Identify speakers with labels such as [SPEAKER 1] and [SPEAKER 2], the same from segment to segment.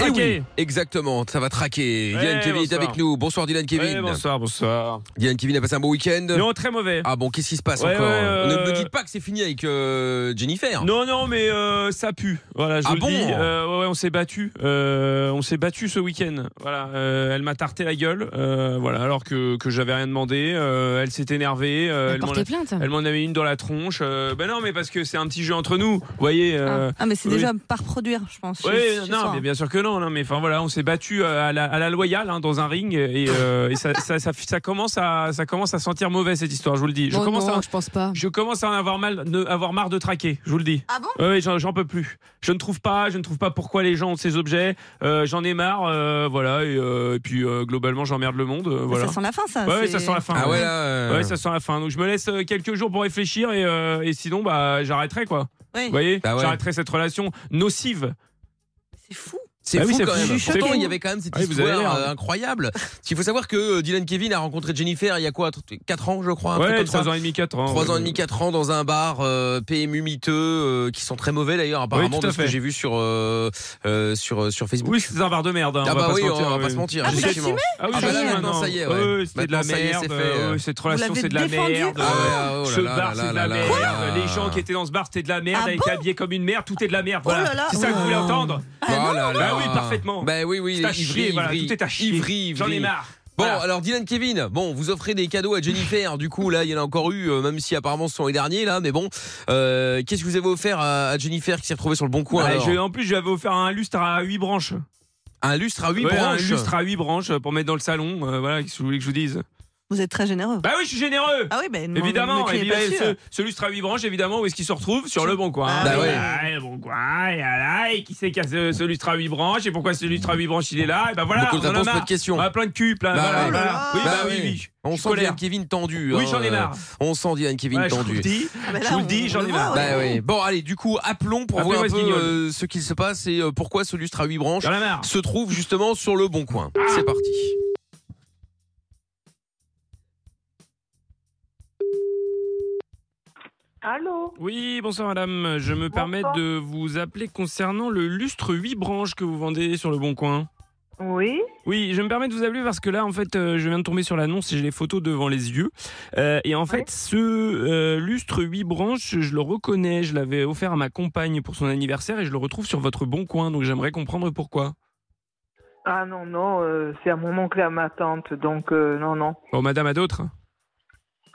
[SPEAKER 1] Eh
[SPEAKER 2] Traqué.
[SPEAKER 1] oui, exactement, ça va traquer.
[SPEAKER 2] Ouais,
[SPEAKER 1] Dylan Kevin est
[SPEAKER 2] bonsoir.
[SPEAKER 1] avec nous. Bonsoir Dylan Kevin.
[SPEAKER 2] Ouais, bonsoir, bonsoir.
[SPEAKER 1] Dylan Kevin a passé un bon week-end.
[SPEAKER 2] Non, très mauvais.
[SPEAKER 1] Ah bon, qu'est-ce qui se passe
[SPEAKER 2] Ouais,
[SPEAKER 1] encore
[SPEAKER 2] ouais, euh,
[SPEAKER 1] Ne me dites pas que c'est fini avec euh, Jennifer.
[SPEAKER 2] Non, non, mais euh, ça pue. Voilà, je
[SPEAKER 1] Ah
[SPEAKER 2] vous le
[SPEAKER 1] bon
[SPEAKER 2] dis. Euh, ouais, ouais, on s'est battu. Euh, on s'est battu ce week-end. Voilà, euh, elle m'a tarté la gueule. euh, voilà, alors que, que j'avais rien demandé. Euh, elle s'est énervée. euh, elle m'en
[SPEAKER 3] Porter
[SPEAKER 2] a-
[SPEAKER 3] plainte.
[SPEAKER 2] elle m'en avait une dans la tronche. Euh, ben non, mais parce que c'est un petit jeu entre nous. Vous voyez. euh,
[SPEAKER 3] Ah. Ah, mais c'est
[SPEAKER 2] oui.
[SPEAKER 3] déjà par produire, je pense.
[SPEAKER 2] Oui,
[SPEAKER 3] ce- ce
[SPEAKER 2] non,
[SPEAKER 3] soir.
[SPEAKER 2] mais bien sûr que non. non, mais enfin voilà, on s'est battu euh, à la, à la loyale hein, dans un ring et, euh, et ça, ça, ça- ça commence à ça commence à sentir mauvais cette histoire. Je vous le dis. Je
[SPEAKER 3] Bon,
[SPEAKER 2] commence
[SPEAKER 3] Oh non,
[SPEAKER 2] à
[SPEAKER 3] je pense pas.
[SPEAKER 2] je commence à en avoir mal, ne- avoir marre de traquer. Je vous le dis.
[SPEAKER 3] Ah bon
[SPEAKER 2] Oui, j'en j'en peux plus. Je ne trouve pas, je ne trouve pas pourquoi les gens ont ces objets. Euh, j'en ai marre, euh, voilà. Et, euh, et puis euh, globalement, j'emmerde le monde, euh, voilà.
[SPEAKER 3] Ça sent la fin, ça.
[SPEAKER 2] Ouais,
[SPEAKER 3] c'est-
[SPEAKER 2] ça sent la fin.
[SPEAKER 1] Ah ouais,
[SPEAKER 2] ouais.
[SPEAKER 1] là, euh,
[SPEAKER 2] Ouais, ça sent la fin. Donc je me laisse euh, quelques jours pour réfléchir et, euh, et sinon, bah, j'arrêterai quoi.
[SPEAKER 3] Oui.
[SPEAKER 2] Vous voyez,
[SPEAKER 1] Ah ouais.
[SPEAKER 2] j'arrêterai cette relation nocive.
[SPEAKER 3] C'est fou.
[SPEAKER 1] c'est
[SPEAKER 2] Ah
[SPEAKER 1] fou
[SPEAKER 2] oui, c'est
[SPEAKER 1] quand
[SPEAKER 2] fou.
[SPEAKER 1] même.
[SPEAKER 3] Je suis
[SPEAKER 1] Pourtant,
[SPEAKER 3] choquée.
[SPEAKER 1] il y avait quand même cette
[SPEAKER 2] Ah oui, vous avez
[SPEAKER 1] histoire
[SPEAKER 2] l'air.
[SPEAKER 1] euh, incroyable. Il faut savoir que euh, Dylan Kevin a rencontré Jennifer il y a quoi 4 ans, je crois. un truc
[SPEAKER 2] Ouais,
[SPEAKER 1] comme ça.
[SPEAKER 2] 3 ans et demi, 4 ans.
[SPEAKER 1] Trois ans et demi, quatre ans dans un bar euh, PMU miteux euh, qui sont très mauvais d'ailleurs apparemment
[SPEAKER 2] Oui, tout à
[SPEAKER 1] de ce que
[SPEAKER 2] fait.
[SPEAKER 1] j'ai vu sur euh, euh, sur euh, sur Facebook.
[SPEAKER 2] Oui, c'est un bar de merde. hein,
[SPEAKER 1] ah
[SPEAKER 2] on va
[SPEAKER 1] bah
[SPEAKER 2] pas
[SPEAKER 1] oui,
[SPEAKER 2] se mentir,
[SPEAKER 1] on va
[SPEAKER 2] oui.
[SPEAKER 1] pas se mentir.
[SPEAKER 3] Ah, vous
[SPEAKER 1] effectivement.
[SPEAKER 3] l'assumez
[SPEAKER 2] Ah oui,
[SPEAKER 1] Ah
[SPEAKER 2] j'ai
[SPEAKER 3] bah là,
[SPEAKER 2] vu
[SPEAKER 1] maintenant,
[SPEAKER 2] maintenant.
[SPEAKER 1] ça y est, ouais.
[SPEAKER 2] Ouais, c'était de la
[SPEAKER 1] Maintenant, ça y est,
[SPEAKER 2] merde.
[SPEAKER 1] c'est fait,
[SPEAKER 2] euh,
[SPEAKER 1] ouais.
[SPEAKER 2] ouais, Cette relation,
[SPEAKER 3] l'avez
[SPEAKER 2] c'est de la
[SPEAKER 3] défendu
[SPEAKER 2] merde.
[SPEAKER 3] Ah
[SPEAKER 2] euh,
[SPEAKER 1] ouais, oh là
[SPEAKER 2] Ce
[SPEAKER 1] là
[SPEAKER 2] bar,
[SPEAKER 1] là
[SPEAKER 2] c'est de la
[SPEAKER 1] là là
[SPEAKER 2] merde.
[SPEAKER 1] là.
[SPEAKER 2] Les gens qui étaient dans ce bar, c'était de la merde.
[SPEAKER 3] Ah
[SPEAKER 2] Elle était habillée comme une merde. Tout est de la merde.
[SPEAKER 3] Oh
[SPEAKER 2] Voilà.
[SPEAKER 3] là là.
[SPEAKER 2] C'est ça que vous voulez entendre Bah
[SPEAKER 1] Voilà, Oh là.
[SPEAKER 2] oui, parfaitement.
[SPEAKER 1] Bah oui, oui,
[SPEAKER 2] C'est à
[SPEAKER 1] Ivry,
[SPEAKER 2] chier. Voilà,
[SPEAKER 1] Ivry,
[SPEAKER 2] tout est à chier.
[SPEAKER 1] Ivry,
[SPEAKER 2] J'en ai
[SPEAKER 1] Ivry.
[SPEAKER 2] marre.
[SPEAKER 1] Bon,
[SPEAKER 2] Voilà.
[SPEAKER 1] alors Dylan Kevin, bon, vous offrez des cadeaux à Jennifer, du coup, là, il y en a encore eu, euh, même si apparemment ce sont les derniers, là, mais bon, euh, qu'est-ce que vous avez offert à, à Jennifer qui s'est retrouvée sur le bon coin
[SPEAKER 2] Ouais,
[SPEAKER 1] alors
[SPEAKER 2] je- en plus, j'avais offert Bah, un lustre à 8 branches.
[SPEAKER 1] Un lustre à 8
[SPEAKER 2] Ouais,
[SPEAKER 1] branches
[SPEAKER 2] Un lustre à 8 branches pour mettre dans le salon. euh, voilà, qu'est-ce que vous voulez que je vous dise
[SPEAKER 3] Vous êtes très généreux.
[SPEAKER 2] Bah oui, je suis généreux.
[SPEAKER 3] Ah oui, ben. ne- ne
[SPEAKER 2] Évidemment,
[SPEAKER 3] criez
[SPEAKER 2] évidemment,
[SPEAKER 3] pas dessus.
[SPEAKER 2] ce, ce lustre à 8 branches, évidemment, où est-ce qu'il se retrouve Sur le bon coin.
[SPEAKER 3] Ah
[SPEAKER 1] Bah
[SPEAKER 2] Ah,
[SPEAKER 1] ouais.
[SPEAKER 2] le bon coin, et voilà, et qui c'est qui a ce, ce lustre à 8 branches et pourquoi ce lustre à 8 branches il est là Et bah voilà,
[SPEAKER 1] Beaucoup de
[SPEAKER 2] on en a
[SPEAKER 1] réponses, pas
[SPEAKER 2] marre.
[SPEAKER 1] de questions.
[SPEAKER 2] On a plein de cul, plein
[SPEAKER 1] Bah
[SPEAKER 2] voilà,
[SPEAKER 1] ouais.
[SPEAKER 2] voilà. Oui,
[SPEAKER 1] Bah
[SPEAKER 2] bah, oui,
[SPEAKER 1] ouais.
[SPEAKER 2] oui.
[SPEAKER 1] On
[SPEAKER 2] Je suis
[SPEAKER 1] sent Dylan
[SPEAKER 2] colère.
[SPEAKER 1] Kevin tendu.
[SPEAKER 2] Oui,
[SPEAKER 1] hein,
[SPEAKER 2] j'en ai
[SPEAKER 1] euh,
[SPEAKER 2] marre.
[SPEAKER 1] On sent Dylan Kevin
[SPEAKER 2] Ouais, je vous
[SPEAKER 1] tendu.
[SPEAKER 2] le dis,
[SPEAKER 3] Ah bah là,
[SPEAKER 2] je vous le
[SPEAKER 3] on-
[SPEAKER 2] dis,
[SPEAKER 3] on
[SPEAKER 2] j'en
[SPEAKER 3] le
[SPEAKER 2] ai
[SPEAKER 3] voit,
[SPEAKER 2] marre.
[SPEAKER 3] ouais.
[SPEAKER 1] Bah oui. Bon, allez, du coup, appelons pour voir un
[SPEAKER 2] Appelez-moi
[SPEAKER 1] peu
[SPEAKER 2] ce guignol.
[SPEAKER 1] euh, ce qu'il se passe et euh, pourquoi ce lustre à 8 branches
[SPEAKER 2] j'en ai marre.
[SPEAKER 1] se trouve justement sur le bon coin. C'est parti.
[SPEAKER 4] Allô
[SPEAKER 2] Oui, bonsoir madame, je me permets de vous appeler concernant le lustre 8 branches que vous vendez sur le bon coin.
[SPEAKER 4] Oui
[SPEAKER 2] Oui, je me permets de vous appeler parce que là, en fait, euh, je viens de tomber sur l'annonce et j'ai les photos devant les yeux. Euh, et en fait,
[SPEAKER 4] Ouais.
[SPEAKER 2] ce euh, lustre 8 branches, je le reconnais, je l'avais offert à ma compagne pour son anniversaire et je le retrouve sur votre bon coin, donc j'aimerais comprendre pourquoi.
[SPEAKER 4] Ah non, non, euh, c'est à mon oncle et à ma tante, donc euh, non, non.
[SPEAKER 2] Oh, madame, à d'autres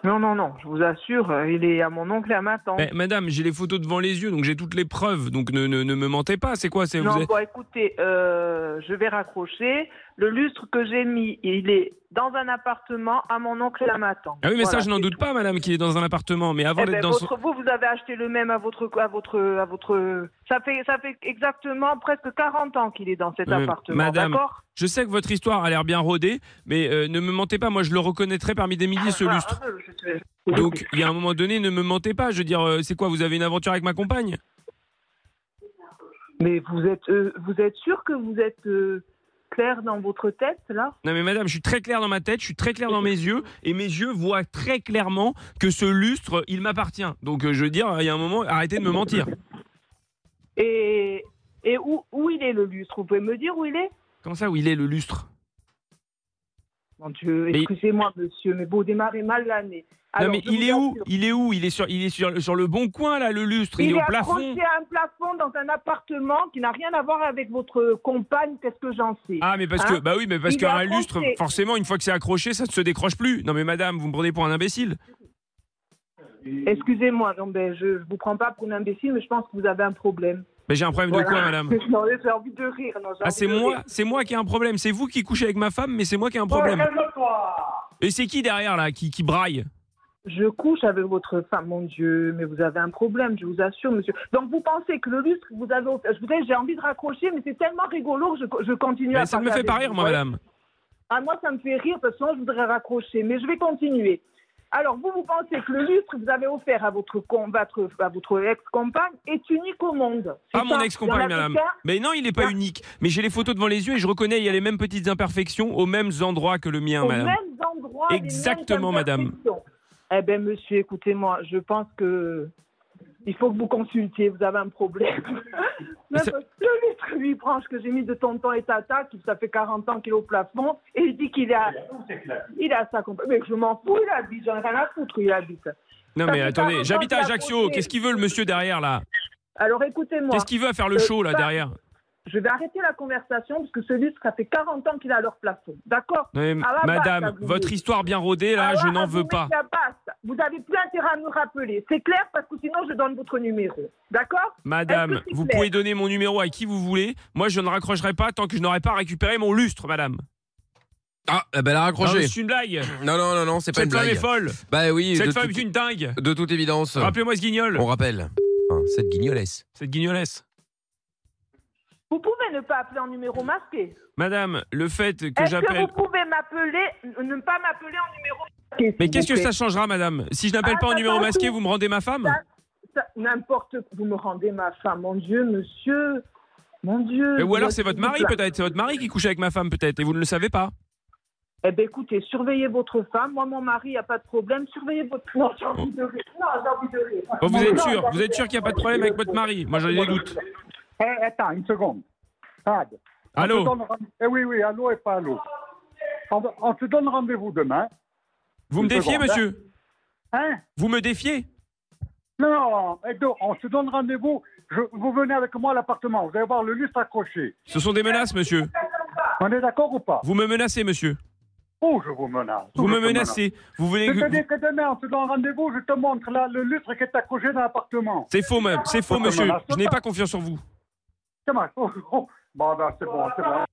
[SPEAKER 4] Non, non, non, je vous assure, euh, il est à mon oncle et à ma tante.
[SPEAKER 2] Eh, Madame, j'ai les photos devant les yeux, donc j'ai toutes les preuves, donc ne, ne, ne me mentez pas, c'est quoi c'est, vous
[SPEAKER 4] non,
[SPEAKER 2] êtes-
[SPEAKER 4] bon, écoutez, euh, je vais raccrocher. Le lustre que j'ai mis, il est dans un appartement à mon oncle et à ma tante.
[SPEAKER 2] Ah oui, mais ça,
[SPEAKER 4] Voilà,
[SPEAKER 2] je n'en
[SPEAKER 4] c'est
[SPEAKER 2] doute
[SPEAKER 4] tout.
[SPEAKER 2] pas, madame, qu'il est dans un appartement, mais avant
[SPEAKER 4] Eh
[SPEAKER 2] d'être
[SPEAKER 4] ben,
[SPEAKER 2] dans son...
[SPEAKER 4] votre- Vous, vous avez acheté le même à votre, à votre, à votre. Ça fait, ça fait exactement presque 40 ans qu'il est dans cet
[SPEAKER 2] Euh,
[SPEAKER 4] appartement.
[SPEAKER 2] madame,
[SPEAKER 4] d'accord
[SPEAKER 2] Je sais que votre histoire a l'air bien rodée, mais euh, ne me mentez pas, moi je le reconnaîtrais parmi des milliers, ce
[SPEAKER 4] Ah,
[SPEAKER 2] lustre.
[SPEAKER 4] ah, je- je-
[SPEAKER 2] Donc, il y a un moment donné, ne me mentez pas. Je veux dire, euh, c'est quoi Vous avez une aventure avec ma compagne
[SPEAKER 4] Mais vous êtes, euh, vous êtes sûr que vous êtes euh, clair dans votre tête là
[SPEAKER 2] Non, mais madame, je suis très clair dans ma tête, je suis très clair dans mes yeux, et mes yeux voient très clairement que ce lustre, il m'appartient. Donc, euh, je veux dire, il y a un moment, arrêtez de me mentir.
[SPEAKER 4] Et et où, où il est le lustre Vous pouvez me dire où il est
[SPEAKER 2] Comment ça, où il est le lustre
[SPEAKER 4] Mon Dieu,
[SPEAKER 2] Mais-
[SPEAKER 4] excusez-moi monsieur, mais vous démarrez mal l'année.
[SPEAKER 2] Non,
[SPEAKER 4] Alors,
[SPEAKER 2] mais
[SPEAKER 4] je
[SPEAKER 2] il
[SPEAKER 4] vous
[SPEAKER 2] est où
[SPEAKER 4] assure,
[SPEAKER 2] Il est où Il est sur, il est sur, sur le bon coin là, le lustre. Il,
[SPEAKER 4] Il
[SPEAKER 2] est
[SPEAKER 4] est
[SPEAKER 2] au plafond.
[SPEAKER 4] accroché à un plafond dans un appartement qui n'a rien à voir avec votre compagne. Qu'est-ce que j'en sais
[SPEAKER 2] Ah, mais parce que,
[SPEAKER 4] Hein
[SPEAKER 2] bah oui, mais parce
[SPEAKER 4] Il est
[SPEAKER 2] qu'un
[SPEAKER 4] accroché.
[SPEAKER 2] lustre, forcément, une fois que c'est accroché, ça ne se décroche plus. Non, mais madame, vous me prenez pour un imbécile.
[SPEAKER 4] Excusez-moi, non ben je, je vous prends pas pour un imbécile, mais je pense que vous avez un problème.
[SPEAKER 2] Mais j'ai un problème de quoi, madame
[SPEAKER 4] Non, j'ai envie de rire. non, j'ai
[SPEAKER 2] Ah,
[SPEAKER 4] envie
[SPEAKER 2] c'est
[SPEAKER 4] de
[SPEAKER 2] moi,
[SPEAKER 4] rire.
[SPEAKER 2] c'est moi qui ai un problème. C'est vous qui couchez avec ma femme, mais c'est moi qui ai un problème.
[SPEAKER 4] Oh, calme-toi.
[SPEAKER 2] Et c'est qui derrière là qui, qui braille
[SPEAKER 4] Je couche avec votre femme, mon Dieu, mais vous avez un problème, je vous assure, monsieur. Donc vous pensez que le lustre, que vous avez. Je vous dis, j'ai envie de raccrocher, mais c'est tellement rigolo que je, je continue à.
[SPEAKER 2] Mais Ça ne me
[SPEAKER 4] parler
[SPEAKER 2] fait pas
[SPEAKER 4] avec
[SPEAKER 2] rire,
[SPEAKER 4] vous,
[SPEAKER 2] moi,
[SPEAKER 4] ouais.
[SPEAKER 2] madame.
[SPEAKER 4] Ah, moi, ça me fait rire, parce que sinon, je voudrais raccrocher, mais je vais continuer. Alors, vous, vous pensez que le lustre que vous avez offert à votre, com- votre- à votre ex-compagne est unique au monde. C'est
[SPEAKER 2] Pas mon
[SPEAKER 4] ça
[SPEAKER 2] ex-compagne,
[SPEAKER 4] Il y en a
[SPEAKER 2] madame.
[SPEAKER 4] des cas-
[SPEAKER 2] Mais non, il n'est pas
[SPEAKER 4] Ah.
[SPEAKER 2] unique. Mais j'ai les photos devant les yeux et je reconnais, il y a les mêmes petites imperfections aux mêmes endroits que le mien,
[SPEAKER 4] aux
[SPEAKER 2] madame.
[SPEAKER 4] mêmes endroits. les mêmes
[SPEAKER 2] Exactement, madame.
[SPEAKER 4] imperfections. Eh bien, monsieur, écoutez-moi, je pense que il faut que vous consultiez, vous avez un problème.
[SPEAKER 2] Mais c'est-
[SPEAKER 4] Même le litre lui branche que j'ai mis de tonton et tata, qui ça fait 40 ans qu'il est au plafond, et il dit qu'il a, il a sa compagne. Mais je m'en fous, il habite, j'en ai rien à foutre, où il habite.
[SPEAKER 2] Non,
[SPEAKER 4] Ça
[SPEAKER 2] mais
[SPEAKER 4] fait
[SPEAKER 2] attendez,
[SPEAKER 4] 40
[SPEAKER 2] j'habite
[SPEAKER 4] ans
[SPEAKER 2] à
[SPEAKER 4] que la
[SPEAKER 2] Ajaccio.
[SPEAKER 4] beauté-
[SPEAKER 2] Qu'est-ce qu'il veut le monsieur derrière là
[SPEAKER 4] Alors écoutez-moi,
[SPEAKER 2] Qu'est-ce qu'il veut à faire le
[SPEAKER 4] Euh,
[SPEAKER 2] show là
[SPEAKER 4] pas-
[SPEAKER 2] derrière
[SPEAKER 4] je vais arrêter la conversation, parce que ce litre, ça fait 40 ans qu'il a leur plafond. D'accord
[SPEAKER 2] Non, mais
[SPEAKER 4] Ah, bah, bah,
[SPEAKER 2] Madame,
[SPEAKER 4] vous
[SPEAKER 2] votre
[SPEAKER 4] voulez.
[SPEAKER 2] histoire bien rodée là,
[SPEAKER 4] Alors,
[SPEAKER 2] Ah, je n'en
[SPEAKER 4] Ah, vous
[SPEAKER 2] veux
[SPEAKER 4] mettez
[SPEAKER 2] pas.
[SPEAKER 4] à base. Vous avez plus intérêt à nous rappeler. C'est clair parce que sinon je donne votre numéro. D'accord
[SPEAKER 2] Madame,
[SPEAKER 4] Est-ce que c'est
[SPEAKER 2] vous
[SPEAKER 4] clair
[SPEAKER 2] pouvez donner mon numéro à qui vous voulez. Moi, je ne raccrocherai pas tant que je n'aurai pas récupéré mon lustre, madame.
[SPEAKER 1] Ah, eh ben, elle a
[SPEAKER 2] Non, mais
[SPEAKER 1] raccroché.
[SPEAKER 2] C'est une blague.
[SPEAKER 1] Non, non, non, non, c'est pas une
[SPEAKER 2] Cette femme est
[SPEAKER 1] blague.
[SPEAKER 2] folle.
[SPEAKER 1] Bah oui, de
[SPEAKER 2] Cette femme est
[SPEAKER 1] toute-
[SPEAKER 2] une dingue.
[SPEAKER 1] de toute évidence.
[SPEAKER 2] Rappelez-moi ce guignol.
[SPEAKER 1] On rappelle. Enfin, cette guignolesse.
[SPEAKER 2] Cette guignolesse.
[SPEAKER 4] Vous pouvez ne pas appeler en numéro masqué.
[SPEAKER 2] Madame, le fait que
[SPEAKER 4] Est-ce que
[SPEAKER 2] j'appelle.
[SPEAKER 4] vous pouvez m'appeler, n- ne pas m'appeler en numéro masqué s'il
[SPEAKER 2] Mais
[SPEAKER 4] vous
[SPEAKER 2] qu'est-ce que
[SPEAKER 4] plaît
[SPEAKER 2] ça changera, madame Si je n'appelle
[SPEAKER 4] Ah,
[SPEAKER 2] pas en
[SPEAKER 4] ça
[SPEAKER 2] numéro
[SPEAKER 4] change
[SPEAKER 2] masqué,
[SPEAKER 4] tout.
[SPEAKER 2] vous me rendez ma femme
[SPEAKER 4] Ça- ça- N'importe Vous me rendez ma femme. Mon Dieu, monsieur. Mon Dieu.
[SPEAKER 2] Mais Euh, Ou alors c'est
[SPEAKER 4] S'il
[SPEAKER 2] votre
[SPEAKER 4] vous
[SPEAKER 2] mari,
[SPEAKER 4] plaît.
[SPEAKER 2] peut-être. C'est votre mari qui couche avec ma femme, peut-être, et vous ne le savez pas.
[SPEAKER 4] Eh bien, écoutez, surveillez votre femme. Moi, mon mari, il n'y a pas de problème. Surveillez votre. Non, j'ai envie de rire. Non, j'ai envie de rire.
[SPEAKER 2] Bon, vous êtes
[SPEAKER 4] Ah, Non,
[SPEAKER 2] sûr
[SPEAKER 4] j'ai
[SPEAKER 2] Vous êtes sûr qu'il n'y a pas de problème avec votre mari Moi, j'en ai des doutes.
[SPEAKER 5] Eh, attends, une seconde. Fab. on
[SPEAKER 4] Ah,
[SPEAKER 5] te
[SPEAKER 2] Allô
[SPEAKER 5] donne rend- Eh oui, oui, allô et pas allô. On, va- on te donne rendez-vous demain.
[SPEAKER 2] Vous me
[SPEAKER 5] Une
[SPEAKER 2] défiez,
[SPEAKER 5] seconde.
[SPEAKER 2] monsieur
[SPEAKER 5] Hein
[SPEAKER 2] Vous me défiez
[SPEAKER 5] Non, eh, donc, on se donne rendez-vous. Je- Vous venez avec moi à l'appartement. Vous allez voir le lustre accroché.
[SPEAKER 2] Ce sont des menaces, monsieur.
[SPEAKER 5] On est d'accord ou pas
[SPEAKER 2] Vous me menacez, monsieur.
[SPEAKER 5] Oh, je vous menace.
[SPEAKER 2] Vous
[SPEAKER 5] Je
[SPEAKER 2] me
[SPEAKER 5] te menace.
[SPEAKER 2] menacez. Vous voulez
[SPEAKER 5] Je te
[SPEAKER 2] que...
[SPEAKER 5] dis que demain, on se donne rendez-vous. Je te montre là, le lustre qui est accroché dans l'appartement.
[SPEAKER 2] C'est faux, même. C'est faux,
[SPEAKER 5] Je te
[SPEAKER 2] monsieur.
[SPEAKER 5] menace
[SPEAKER 2] Je n'ai
[SPEAKER 5] pas.
[SPEAKER 2] pas confiance en vous.
[SPEAKER 5] Comment Oh, oh. Bon, ben, c'est bon, c'est bon.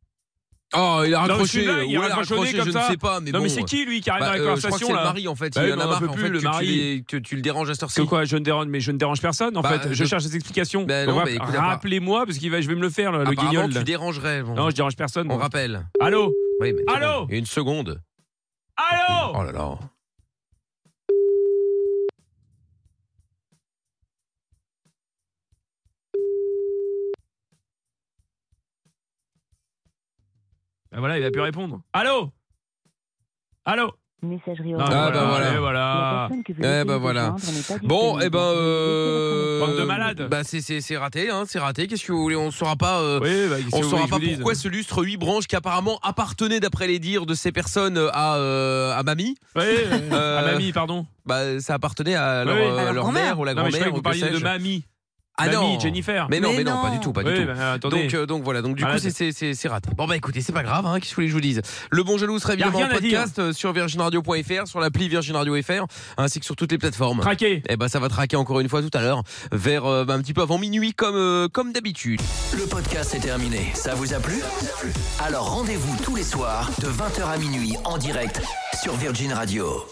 [SPEAKER 1] Oh, il a
[SPEAKER 2] mais
[SPEAKER 1] raccroché.
[SPEAKER 2] c'est une blague, il a
[SPEAKER 1] Ou elle a
[SPEAKER 2] raccrochonné
[SPEAKER 1] raccroché,
[SPEAKER 2] comme
[SPEAKER 1] je
[SPEAKER 2] ça.
[SPEAKER 1] ne sais pas, mais
[SPEAKER 2] non,
[SPEAKER 1] bon.
[SPEAKER 2] mais c'est qui, lui, qui arrive
[SPEAKER 1] Bah,
[SPEAKER 2] dans la
[SPEAKER 1] euh, je crois que
[SPEAKER 2] conversation,
[SPEAKER 1] c'est le
[SPEAKER 2] là
[SPEAKER 1] mari en fait,
[SPEAKER 2] Bah oui,
[SPEAKER 1] il en
[SPEAKER 2] mais
[SPEAKER 1] a
[SPEAKER 2] on en
[SPEAKER 1] marre
[SPEAKER 2] peut
[SPEAKER 1] en
[SPEAKER 2] plus,
[SPEAKER 1] fait,
[SPEAKER 2] le
[SPEAKER 1] que,
[SPEAKER 2] mari.
[SPEAKER 1] Tu les- que tu le déranges à cette heure-ci.
[SPEAKER 2] Que quoi, je ne dérange, mais je ne dérange personne, en
[SPEAKER 1] Bah,
[SPEAKER 2] fait. Je,
[SPEAKER 1] je-
[SPEAKER 2] cherche des explications.
[SPEAKER 1] Bah
[SPEAKER 2] Donc,
[SPEAKER 1] non,
[SPEAKER 2] bref,
[SPEAKER 1] mais écoute,
[SPEAKER 2] Rappelez-moi, parce qu'il va, je vais me le faire, là, le
[SPEAKER 1] Apparemment,
[SPEAKER 2] guignol.
[SPEAKER 1] tu
[SPEAKER 2] là.
[SPEAKER 1] dérangerais. bon.
[SPEAKER 2] Non, je dérange personne.
[SPEAKER 1] On
[SPEAKER 2] moi.
[SPEAKER 1] rappelle.
[SPEAKER 2] Allô
[SPEAKER 1] Oui, mais-
[SPEAKER 2] Allô
[SPEAKER 1] Une seconde.
[SPEAKER 2] Allô
[SPEAKER 1] Oh là là.
[SPEAKER 2] Ben voilà, il a pu répondre. Allô Allô
[SPEAKER 6] Messagerie
[SPEAKER 2] Non,
[SPEAKER 6] orange.
[SPEAKER 1] Ah, bah, voilà.
[SPEAKER 2] et
[SPEAKER 6] La
[SPEAKER 2] voilà.
[SPEAKER 6] personne que vous
[SPEAKER 1] Eh,
[SPEAKER 6] essayez
[SPEAKER 1] bah,
[SPEAKER 6] de
[SPEAKER 1] voilà.
[SPEAKER 6] joindre n'est pas
[SPEAKER 1] Bon,
[SPEAKER 6] disponible.
[SPEAKER 1] eh ben. euh,
[SPEAKER 2] Bande de malades.
[SPEAKER 1] Bah, c'est- c'est c'est raté, hein, c'est raté. Qu'est-ce que vous voulez On saura pas. euh,
[SPEAKER 2] Oui, bah, qu'est-ce
[SPEAKER 1] On
[SPEAKER 2] que vous
[SPEAKER 1] saura
[SPEAKER 2] voulez que
[SPEAKER 1] pas
[SPEAKER 2] je vous dise
[SPEAKER 1] pourquoi ce lustre 8 branches qui apparemment appartenait, d'après les dires de ces personnes, euh, à, euh, à mamie,
[SPEAKER 2] Oui, euh,
[SPEAKER 1] Euh,
[SPEAKER 2] à mamie, pardon.
[SPEAKER 1] bah, ça appartenait à leur,
[SPEAKER 2] Oui, oui.
[SPEAKER 1] euh,
[SPEAKER 3] À leur
[SPEAKER 1] leur
[SPEAKER 3] grand-mère.
[SPEAKER 1] mère ou la
[SPEAKER 2] Non, mais je croyais
[SPEAKER 1] grand-mère
[SPEAKER 2] que
[SPEAKER 1] ou
[SPEAKER 2] vous
[SPEAKER 1] que
[SPEAKER 2] parliez de
[SPEAKER 1] sais-je.
[SPEAKER 2] mamie.
[SPEAKER 1] Ah
[SPEAKER 2] mamie,
[SPEAKER 1] non
[SPEAKER 2] Jennifer.
[SPEAKER 1] mais non,
[SPEAKER 3] Mais
[SPEAKER 1] mais non, pas
[SPEAKER 3] non.
[SPEAKER 1] du tout, pas du
[SPEAKER 2] oui,
[SPEAKER 1] tout.
[SPEAKER 2] bah, attendez.
[SPEAKER 1] Donc, euh, donc voilà, donc du coup
[SPEAKER 2] Malade.
[SPEAKER 1] c'est- c'est- c'est c'est raté. Bon bah écoutez, c'est pas grave, hein, qu'est-ce que vous voulez que je vous dise Le Bon Jaloux
[SPEAKER 2] Y
[SPEAKER 1] sera
[SPEAKER 2] a
[SPEAKER 1] évidemment en
[SPEAKER 2] rien à dire.
[SPEAKER 1] podcast euh, sur virginradio.fr, sur l'appli virginradio.fr, ainsi que sur toutes les plateformes.
[SPEAKER 2] Traqué.
[SPEAKER 1] Et ben ça va traquer encore une fois tout à l'heure, vers euh, bah, un petit peu avant minuit comme, euh, comme d'habitude.
[SPEAKER 7] Le podcast est terminé. Ça vous a plu Alors rendez-vous tous les soirs de 20h à minuit en direct sur Virgin Radio.